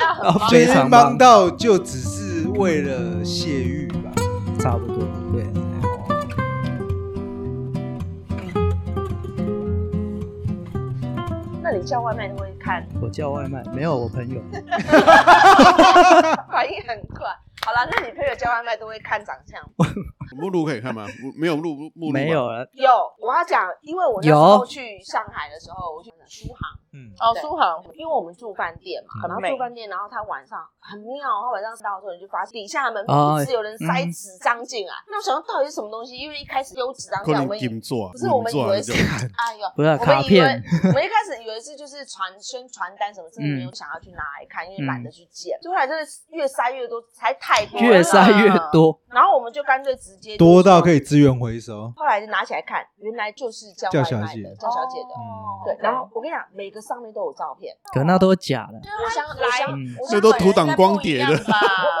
Speaker 4: 要
Speaker 3: 就
Speaker 4: 非
Speaker 3: 是
Speaker 4: 常
Speaker 3: 忙
Speaker 4: 忙，
Speaker 3: 到就只是为了泄欲吧。
Speaker 4: 差不多对。
Speaker 1: 那你叫外卖都会看，
Speaker 4: 我叫外卖，没有我朋友，
Speaker 1: 反应很快。好了，那你朋友叫外卖都会看长相吗？
Speaker 6: 目录可以看吗？没有录目录吧
Speaker 4: 没有了。
Speaker 1: 有，我要讲，因为我那时
Speaker 4: 有
Speaker 1: 候去上海的时候，我去苏杭，
Speaker 3: 嗯，
Speaker 2: 哦，
Speaker 1: 对
Speaker 2: 苏杭，
Speaker 1: 因为我们住饭店嘛，
Speaker 4: 嗯
Speaker 1: 然后
Speaker 2: 美
Speaker 1: 住饭店，然后他晚上很妙，他晚上到的时候你就发现底下的门
Speaker 4: 哦
Speaker 1: 一直有人塞
Speaker 4: 嗯
Speaker 1: 纸张进来，那我想说到底是什么东西，因为一开始丢纸张
Speaker 6: 可
Speaker 1: 进来，我
Speaker 6: 能
Speaker 1: 们以
Speaker 6: 金做啊，
Speaker 1: 不是我们以
Speaker 6: 做
Speaker 1: 为
Speaker 6: 啊
Speaker 1: 是
Speaker 6: 就，
Speaker 1: 哎呦，
Speaker 4: 不是啊
Speaker 1: 我们
Speaker 4: 卡
Speaker 1: 以为
Speaker 4: 片
Speaker 1: 我们一开始以为是就是传宣传单什么，真的没有想要去拿来看，因为懒得去捡。就后来真的越塞越多，才太多，嗯
Speaker 4: 越塞越。 多，
Speaker 1: 然后我们就干脆直接就
Speaker 3: 多到
Speaker 1: 说
Speaker 3: 可以资源回收。
Speaker 1: 后来就拿起来看，原来就是叫
Speaker 3: 叫
Speaker 1: 外
Speaker 3: 小
Speaker 1: 卖
Speaker 3: 姐
Speaker 1: 的，叫小姐的。
Speaker 2: 哦
Speaker 3: 嗯
Speaker 1: 哦对，然后我跟你讲，每个上面都有照片。
Speaker 4: 可那都是假 的。
Speaker 1: 我想，我
Speaker 2: 啊
Speaker 1: 想，
Speaker 4: 嗯
Speaker 1: 我
Speaker 6: 这
Speaker 1: 想，
Speaker 6: 都涂挡光碟的
Speaker 1: 我
Speaker 2: 我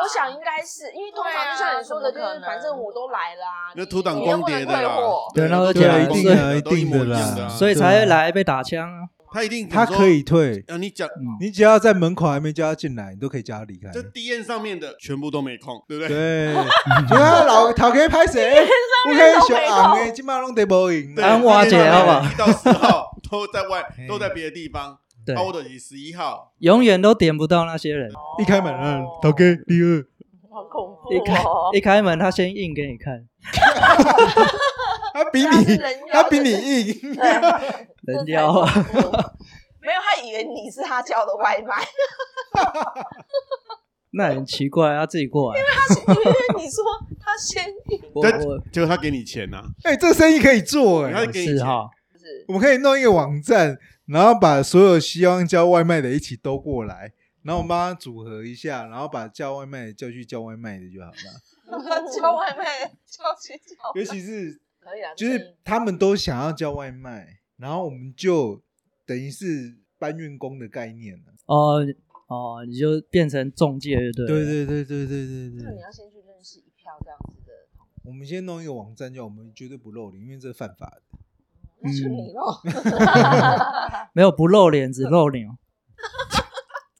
Speaker 1: 我想应该是因为通常就像你说的，就
Speaker 2: 啊对啊
Speaker 1: 是反正我都来了啊，
Speaker 6: 那
Speaker 1: 你
Speaker 6: 涂挡光碟的啦，
Speaker 4: 对那都
Speaker 6: 涂挡
Speaker 4: 假的
Speaker 6: 光碟
Speaker 3: 对
Speaker 6: 都一模
Speaker 3: 一定的啦
Speaker 6: 样啊
Speaker 4: 嗯所以才会来被打枪 啊！
Speaker 6: 他一定
Speaker 3: 他可以退，
Speaker 6: 啊，你讲
Speaker 4: 嗯，
Speaker 3: 你只要在门口还没叫他进来，你都可以叫他离开。
Speaker 6: 这 D N 上面的全部都没空，对不对？
Speaker 3: 对，
Speaker 6: 嗯
Speaker 3: 就啊老头可以拍谁？我可以选红的，今晚拢得无赢
Speaker 6: 对
Speaker 3: 的。
Speaker 4: 安瓦姐好不好
Speaker 6: 一到十号都在外
Speaker 3: 嘿，
Speaker 6: 都在别的地方。
Speaker 4: 对，
Speaker 6: 啊，我等于十一号，
Speaker 4: 永远都点不到那些人。
Speaker 3: 一开门，嗯，头哥第二，
Speaker 1: 哦
Speaker 2: 好恐怖
Speaker 4: 一开
Speaker 2: 哦！
Speaker 4: 一开门，他先硬给你看，
Speaker 3: 他比
Speaker 1: 他是
Speaker 3: 你，
Speaker 1: 人妖
Speaker 3: 他比你硬。
Speaker 4: 人妖啊，
Speaker 1: 没有，他以为你是他叫的外卖，
Speaker 4: 那很奇怪，啊他自己过来。
Speaker 1: 因为你说他先
Speaker 4: 我
Speaker 6: 但
Speaker 4: 我
Speaker 6: 结果他给你钱呐，
Speaker 3: 哎，这生意可以做哎
Speaker 6: 他。给你
Speaker 4: 是
Speaker 6: 钱，
Speaker 4: 哈，
Speaker 3: 我们可以弄一个网站，然后把所有希望叫外卖的一起都过来，然后我们帮他组合一下，然后把叫外卖的叫去叫外卖的就好了。
Speaker 1: 叫外卖，叫去叫，
Speaker 3: 尤其是
Speaker 1: 可以啊，
Speaker 3: 就是他们都想要叫外卖，然后我们就等于是搬运工的概念了。
Speaker 4: 哦哦，你就变成中介就对了。
Speaker 3: 对对对对对对
Speaker 1: 那你
Speaker 3: 对，
Speaker 1: 要先去认识一票这样子的，
Speaker 3: 我们先弄一个网站，叫我们绝对不露脸，因为这是犯法的。
Speaker 1: 啊 那是你咯。
Speaker 4: 没有不露脸，只露鸟。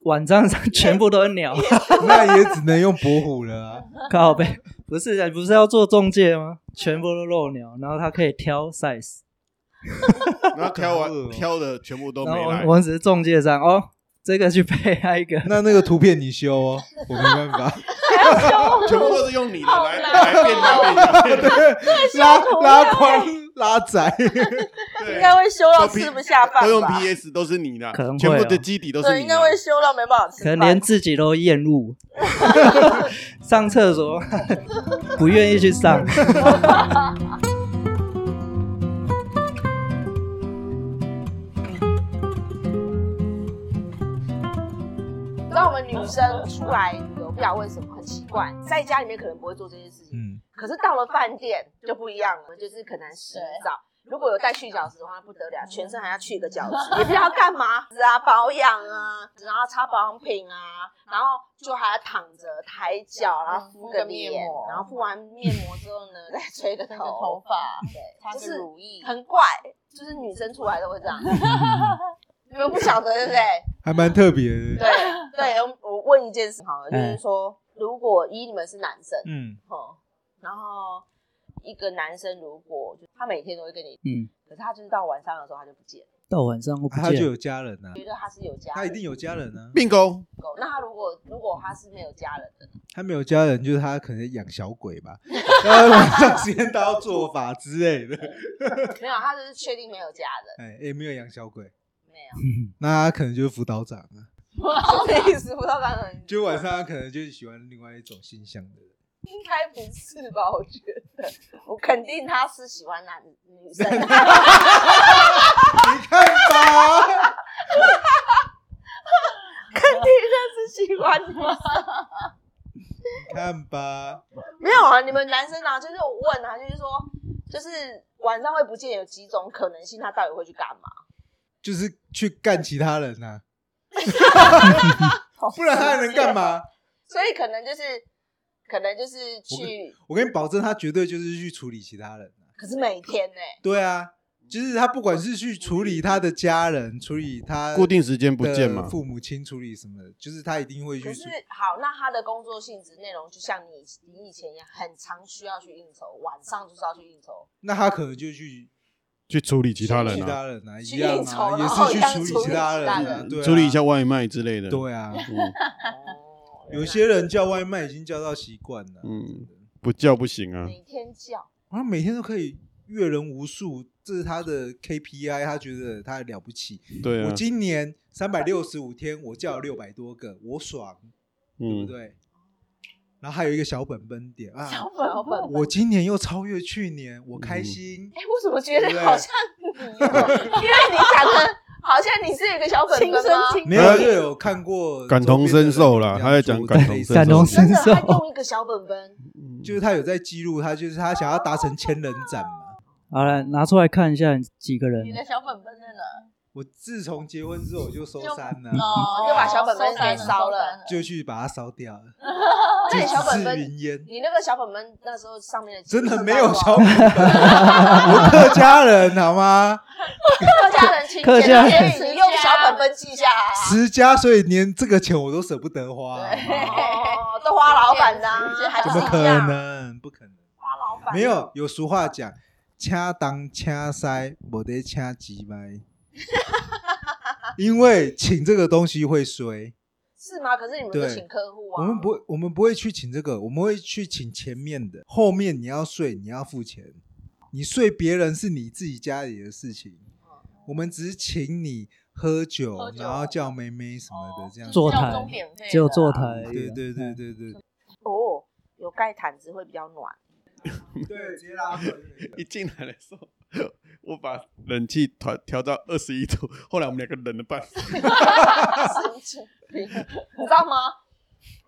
Speaker 4: 晚上上全部都是鸟，
Speaker 3: 那也只能用博虎了啊、
Speaker 4: 靠背。不是啊，不是要做中介吗？全部都露鸟，然后他可以挑 size，
Speaker 6: 然后挑
Speaker 3: 好饿哦
Speaker 6: 完挑的全部都
Speaker 4: 然后
Speaker 6: 没
Speaker 4: 我
Speaker 6: 来
Speaker 4: 们我。们只是中介商哦。这个去配他一个，
Speaker 3: 那那个图片你修哦，我没办法，
Speaker 6: 全部都是用你的来
Speaker 2: 好难哦
Speaker 6: 来变大变大，
Speaker 3: 拉拉宽拉窄，
Speaker 6: 对
Speaker 2: 应该会修到
Speaker 6: 都 P-
Speaker 2: 吃不下饭吧？
Speaker 6: 都用 PS，都是你的
Speaker 4: 可能会，哦
Speaker 6: 全部的基底都是
Speaker 2: 对，
Speaker 6: 你
Speaker 2: 应
Speaker 6: 的
Speaker 2: 该。会修到没办法吃
Speaker 4: 可能
Speaker 2: 饭。
Speaker 4: 连自己都厌恶， 上厕所 不愿意去 上。
Speaker 1: 你知道我们女生出来有不晓得为什么很奇怪，在家里面可能不会做这些事情，
Speaker 3: 嗯，
Speaker 1: 可是到了饭店就不一样了，就是可能洗澡。如果有带去角质的话，不得了，全身还要去一个 角质，也不知道干嘛子啊，保养啊，然后擦保养品啊，然后就还要躺着抬脚，然后敷个脸
Speaker 2: 敷个面膜，
Speaker 1: 然后敷完面膜之 后呢，再吹个
Speaker 2: 那个
Speaker 1: 头
Speaker 2: 头，发，
Speaker 1: 对，就
Speaker 2: 擦个
Speaker 1: 是
Speaker 2: 乳液，
Speaker 1: 很怪，就是女生出来都会这 样，你们不晓得对 不对？
Speaker 3: 还蛮特别的。
Speaker 1: 对对，我我问一件事好了，就是说，如果以你们是男生，
Speaker 3: 嗯，
Speaker 1: 哦，然后一个男生如果就他每天都会跟你，
Speaker 4: 嗯，
Speaker 1: 可是他就是到晚上的时候他就不见了，
Speaker 4: 到晚上我不
Speaker 3: 他就
Speaker 4: 见，
Speaker 3: 有家人呐、啊，
Speaker 1: 觉得他是有家人，
Speaker 3: 他一定有家人啊。
Speaker 6: bingo，
Speaker 1: 够。那他如果如果他是没有家 人的，
Speaker 3: 他没有家人，就是他可能养小鬼吧，然后晚上时间到要做法之类的。
Speaker 1: 没有，他就是确定没有家人，
Speaker 3: 哎，也没有养小鬼，
Speaker 1: 没
Speaker 3: 那他可能就是辅导长啊。
Speaker 1: 有，什么意思？不知道他可能
Speaker 3: 就晚上他可能就是喜欢另外一种性向的人。
Speaker 1: 应该不是吧？我觉得，我肯定他是喜欢男女生啊的，
Speaker 3: 你看吧，
Speaker 1: 肯定他是喜欢女生。
Speaker 3: 你看吧，
Speaker 1: 没有啊，你们男生啊，就是我问啊，就是说，就是晚上会不见有几种可能性，他到底会去干嘛？
Speaker 3: 就是去干其他人 呐、不然
Speaker 1: 啊
Speaker 3: 他还能干嘛？
Speaker 1: 所以可能就是，可能就是去，
Speaker 3: 我跟你保证，他绝对就是去处理其他人、啊。
Speaker 1: 可是每天呢、
Speaker 3: 对啊，就是他不管是去处理他的家人，处理他
Speaker 6: 固定时间不见
Speaker 3: 的
Speaker 6: 嘛。
Speaker 3: 父母亲处理什么的，就是他一定会去
Speaker 1: 可
Speaker 3: 处
Speaker 1: 是好，那他的工作性质内容就像你你以前一样，很常需要去应酬，晚上就是要去应酬，
Speaker 3: 那他可能就去
Speaker 6: 去处理其他人
Speaker 3: 呃其
Speaker 6: 啊，
Speaker 3: 他人啊，一
Speaker 1: 去
Speaker 3: 样
Speaker 1: 应酬
Speaker 3: 啊，也
Speaker 1: 然后一样
Speaker 3: 是去
Speaker 1: 处
Speaker 3: 处
Speaker 1: 理
Speaker 3: 理其他
Speaker 1: 其
Speaker 3: 人
Speaker 1: 他
Speaker 3: 啊，
Speaker 1: 人
Speaker 3: 对啊，
Speaker 6: 处理一下外卖之类的。
Speaker 3: 对啊，
Speaker 6: 嗯，
Speaker 1: 哦，
Speaker 3: 有些人叫外卖已经叫到习惯了，
Speaker 6: 嗯，不叫不行啊。
Speaker 1: 每天叫，
Speaker 3: 他每天都可以阅人无数，这是他的 KPI，他觉得他了不起。
Speaker 6: 对啊
Speaker 3: 我，今年三百六十五天，我叫了六百多个，我爽，对啊不
Speaker 6: 嗯，
Speaker 3: 对？然后还有一个小本本点啊，
Speaker 1: 老本本。
Speaker 3: 我今年又超越去年，我
Speaker 6: 嗯
Speaker 3: 开心。
Speaker 1: 哎、我怎么觉得
Speaker 3: 对不对
Speaker 1: 好像你哦？因为你讲的，好像你是有一个小本本
Speaker 2: 亲
Speaker 1: 吗？
Speaker 2: 身亲
Speaker 3: 没有，就有看过
Speaker 6: 感同身受啦
Speaker 3: 周边的人
Speaker 6: 他在讲
Speaker 3: 这样做
Speaker 6: 感同
Speaker 1: 真
Speaker 6: 身受
Speaker 4: 感同身
Speaker 1: 的，
Speaker 4: 受
Speaker 1: 他用一个小本本，
Speaker 3: 就是他有在记录，他就是他想要达成千人斩嘛。
Speaker 4: 好了，拿出来看一下几个人
Speaker 2: 你，的小本本在哪？
Speaker 3: 我自从结婚之后，我就收山了，
Speaker 2: 哦
Speaker 1: 就把小本本
Speaker 2: 收山
Speaker 1: 给烧了
Speaker 2: 了。
Speaker 3: 就去把它烧掉了，
Speaker 1: 那
Speaker 3: 这
Speaker 1: 你小本
Speaker 3: 是
Speaker 1: 本，
Speaker 3: 云烟。
Speaker 1: 你那个小本本那时候上面的
Speaker 3: 真的没有小本 本，我客家人好吗？
Speaker 1: 客家人请柬
Speaker 4: 客家
Speaker 1: 所
Speaker 4: 人
Speaker 1: 以你用小本本记下来啊。
Speaker 3: 持家，所以连这个钱我都舍不得花，好 吗
Speaker 1: 哦，都花老板的啊，还
Speaker 3: 怎
Speaker 1: 不是
Speaker 3: 么
Speaker 1: 啊
Speaker 3: 可
Speaker 1: 一样？
Speaker 3: 能？不可能！
Speaker 1: 花老板
Speaker 3: 没有，有俗话讲，掐当掐塞，我得掐 鸡麦。因为请这个东西会衰，
Speaker 1: 是吗？可是你们都
Speaker 3: 对
Speaker 1: 请客
Speaker 2: 哦
Speaker 1: 户啊，
Speaker 3: 我们不会，我们不会去请这个，我们会去请前面的，后面你要睡，你要付钱，你睡别人是你自己家里的事情，我们只是请你喝酒，
Speaker 2: 嗯喝酒哦
Speaker 3: 然后叫妹妹什么的这样子。
Speaker 4: 坐
Speaker 2: 交
Speaker 4: 台
Speaker 2: 钟免费的，
Speaker 4: 只有坐台。
Speaker 3: 对对对对对对，
Speaker 1: 哦，有盖毯子会比较暖。
Speaker 3: 直接拉回去
Speaker 6: 一进来的时候，我把冷气调调到二十一度，后来我们两个冷了半死。啊
Speaker 1: 神经病，你知道吗？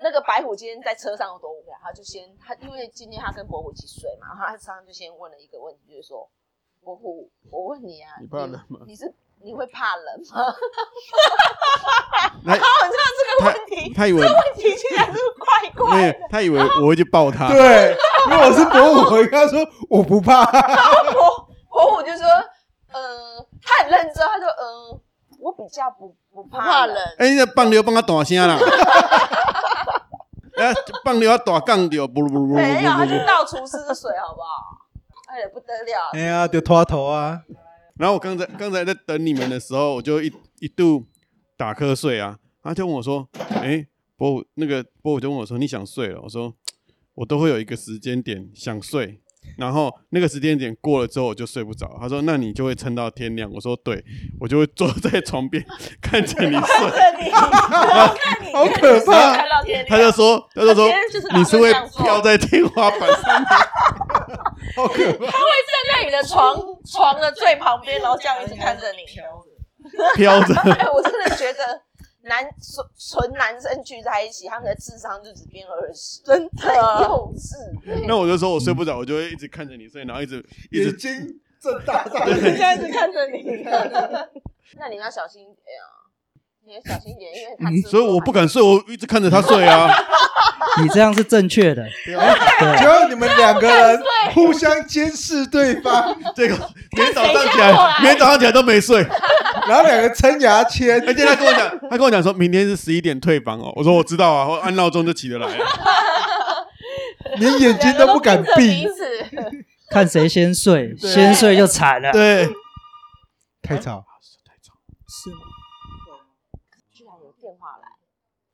Speaker 1: 那个白虎今天在车上有多无聊，他就先他因为今天他跟伯虎一起睡嘛，然后他车上就先问了一个问题，就是说伯虎，我问你啊，
Speaker 6: 你怕冷吗
Speaker 1: 你是你会怕冷吗？
Speaker 6: 他
Speaker 1: 然后你知道这个问题，
Speaker 6: 他以为
Speaker 1: 问题竟然是怪
Speaker 6: 没
Speaker 1: 怪
Speaker 6: 有，他以为我会去抱他。
Speaker 3: 对，啊因为我是伯虎，我跟他说我不怕，
Speaker 1: 的，伯伯虎就说，嗯，他很认真，他说，嗯，我比较不不
Speaker 2: 不怕
Speaker 1: 怕
Speaker 2: 冷
Speaker 1: 冷。，
Speaker 6: 哎，那放流放他大声啊啦！ 哎，放流啊大杠掉，不不不不
Speaker 1: 没有，他就
Speaker 6: 不。
Speaker 1: 倒厨师的水，好不好？ 哎呀，不得了
Speaker 3: 哎，呀，就拖头啊，
Speaker 6: 然后我刚才刚才在等你们的时候，我就一一度打瞌睡啊。他就问我说：“哎，伯虎那个伯虎就问我说你想睡了？”我说：“我都会有一个时间点想睡，然后那个时间点过了之后，我就睡不着。他说：“那你就会撑到天亮。”我说：“对，我就会坐在床边看着
Speaker 1: 看
Speaker 6: 你睡。
Speaker 1: 你，我看 你，
Speaker 3: 好可怕
Speaker 1: 看到天”
Speaker 6: 他就说：“他就说
Speaker 1: 别人就是老
Speaker 6: 你是会
Speaker 1: 这样做
Speaker 6: 飘在天花板上面。
Speaker 3: 好可怕！
Speaker 1: 站在你的床床的最旁边，然后这样一直看着你。
Speaker 6: 飘着。
Speaker 1: 哎，我真的觉得男纯纯男生聚在一起，他们的智商就只变二十，真的幼稚。”
Speaker 6: 那我就说我睡不着，我就会一直看着你睡，然后一直一
Speaker 3: 眼
Speaker 6: 直
Speaker 3: 睛睁大大
Speaker 1: 我
Speaker 3: 的，
Speaker 1: 这样子看着你， 那你要小心一点啊，你要小心一点，因为他
Speaker 4: 嗯
Speaker 1: 吃
Speaker 6: 所以我不敢睡，我一直看着他睡 啊。
Speaker 4: 你这样是正确的，
Speaker 3: 结
Speaker 4: 对，
Speaker 3: 果你们两个人互相监视对方，
Speaker 6: 这 个明天早上起来，明天早上起来都没睡，
Speaker 3: 然后两个撑牙签，
Speaker 6: 而且他跟我讲，他跟我讲说明天是十一点退房哦。我说我知道啊，我按闹钟就起得 来了。
Speaker 3: 连眼睛啊都不敢闭，
Speaker 1: 此。
Speaker 4: 看谁先睡，
Speaker 3: 对
Speaker 4: 先睡就惨了。
Speaker 6: 对，
Speaker 3: 太吵。
Speaker 4: 是吗
Speaker 1: 居然有电话来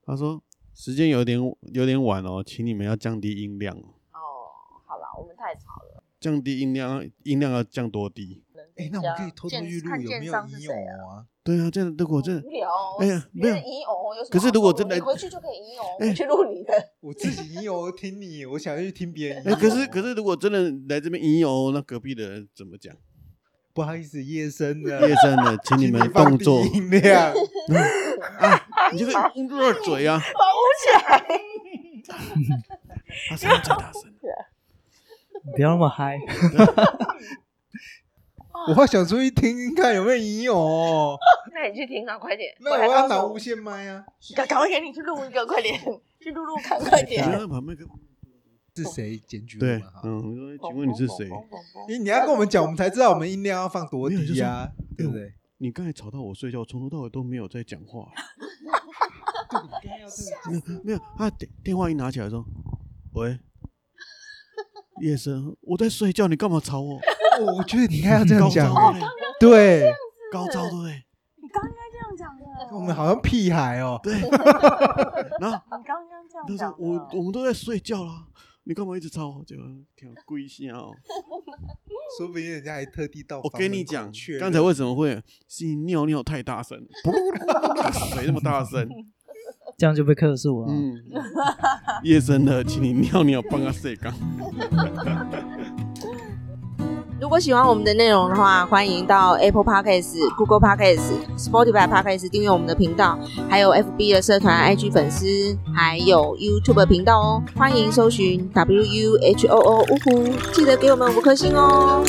Speaker 6: 他说时间有点有点晚哦，请你们要降低音量哦，
Speaker 1: 哦，好了，我们太吵了。
Speaker 6: 降低音量，音量要降多低？
Speaker 3: 哎，那我们可以偷偷预录有没有疑偶啊？
Speaker 6: 对啊，这样如果这
Speaker 1: 无聊哦，
Speaker 6: 哎呀没有
Speaker 1: 别人疑偶有什么好说的？
Speaker 6: 可是如果真的
Speaker 1: 你回去就可以疑偶，
Speaker 6: 哎
Speaker 1: 我去录你的。
Speaker 3: 我自己疑偶听你，我想要去听别人疑
Speaker 6: 哎、
Speaker 3: 偶。
Speaker 6: 可是可是如果真的来这边音游，那隔壁的人怎么讲？
Speaker 3: 不好意思，夜深了，
Speaker 6: 夜深了，请你们动作
Speaker 3: 请你放低音 量。
Speaker 6: 啊， 你这个捂住了嘴啊，
Speaker 1: 保护起来。
Speaker 6: 他声音太大 声了。
Speaker 4: 你不要那么嗨，
Speaker 3: 我话想出去听听看有没有疑 偶，
Speaker 1: 那你去听啊，快点。
Speaker 3: 那
Speaker 1: 回来
Speaker 3: 我要
Speaker 1: 告
Speaker 3: 拿
Speaker 1: 诉
Speaker 3: 无线麦啊。
Speaker 1: 赶赶快给你去录一个，快点去录录看，快
Speaker 6: 你
Speaker 1: 点。
Speaker 6: 要旁边跟
Speaker 3: 是谁检举我
Speaker 6: 对
Speaker 3: 们哈，？
Speaker 6: 嗯，我说请问你
Speaker 2: 哦
Speaker 6: 是谁？
Speaker 3: 因为你要跟我们讲，我们才知道我们音量要放多低啊，
Speaker 6: 没
Speaker 3: 对
Speaker 6: 有
Speaker 3: 不
Speaker 6: 就是
Speaker 3: 对？
Speaker 6: 你刚才吵到我睡觉，从头到尾都没有在讲话， 没有没有。他电电话一拿起来说：“喂，夜深，我在睡觉，你干嘛吵我？
Speaker 3: 哎哦我我觉得你应该要这样
Speaker 6: 高
Speaker 3: 讲
Speaker 6: 招
Speaker 3: 欸，
Speaker 6: 对不对
Speaker 3: 对，
Speaker 6: 高招对不对？
Speaker 5: 你刚应该这样讲的，
Speaker 3: 我们好像屁孩哦。
Speaker 6: 对。然后
Speaker 5: 你刚刚这样讲
Speaker 6: 他说
Speaker 5: 的，
Speaker 1: 啊
Speaker 6: 我我们都在睡觉啦，你干嘛一直吵我？就挺贵下哦。
Speaker 3: 说不定人家还特地到
Speaker 6: 我
Speaker 3: 房
Speaker 6: 跟
Speaker 3: 门
Speaker 6: 你
Speaker 3: 口
Speaker 6: 讲
Speaker 3: 确，认
Speaker 6: 刚才为什么会是你尿尿太 大声，水那么大声。
Speaker 4: 这样就被克诉啊。
Speaker 6: 嗯，夜深了，请你尿尿，帮他睡刚。
Speaker 1: 如果喜欢我们的内容的话，欢迎到 Apple Podcast、Google Podcast、Spotify Podcast 订阅我们的频道，还有 FB 的社团、IG 粉丝，还有 YouTube 的频道哦。欢迎搜寻 W U H O O 呜呼，记得给我们五颗星哦。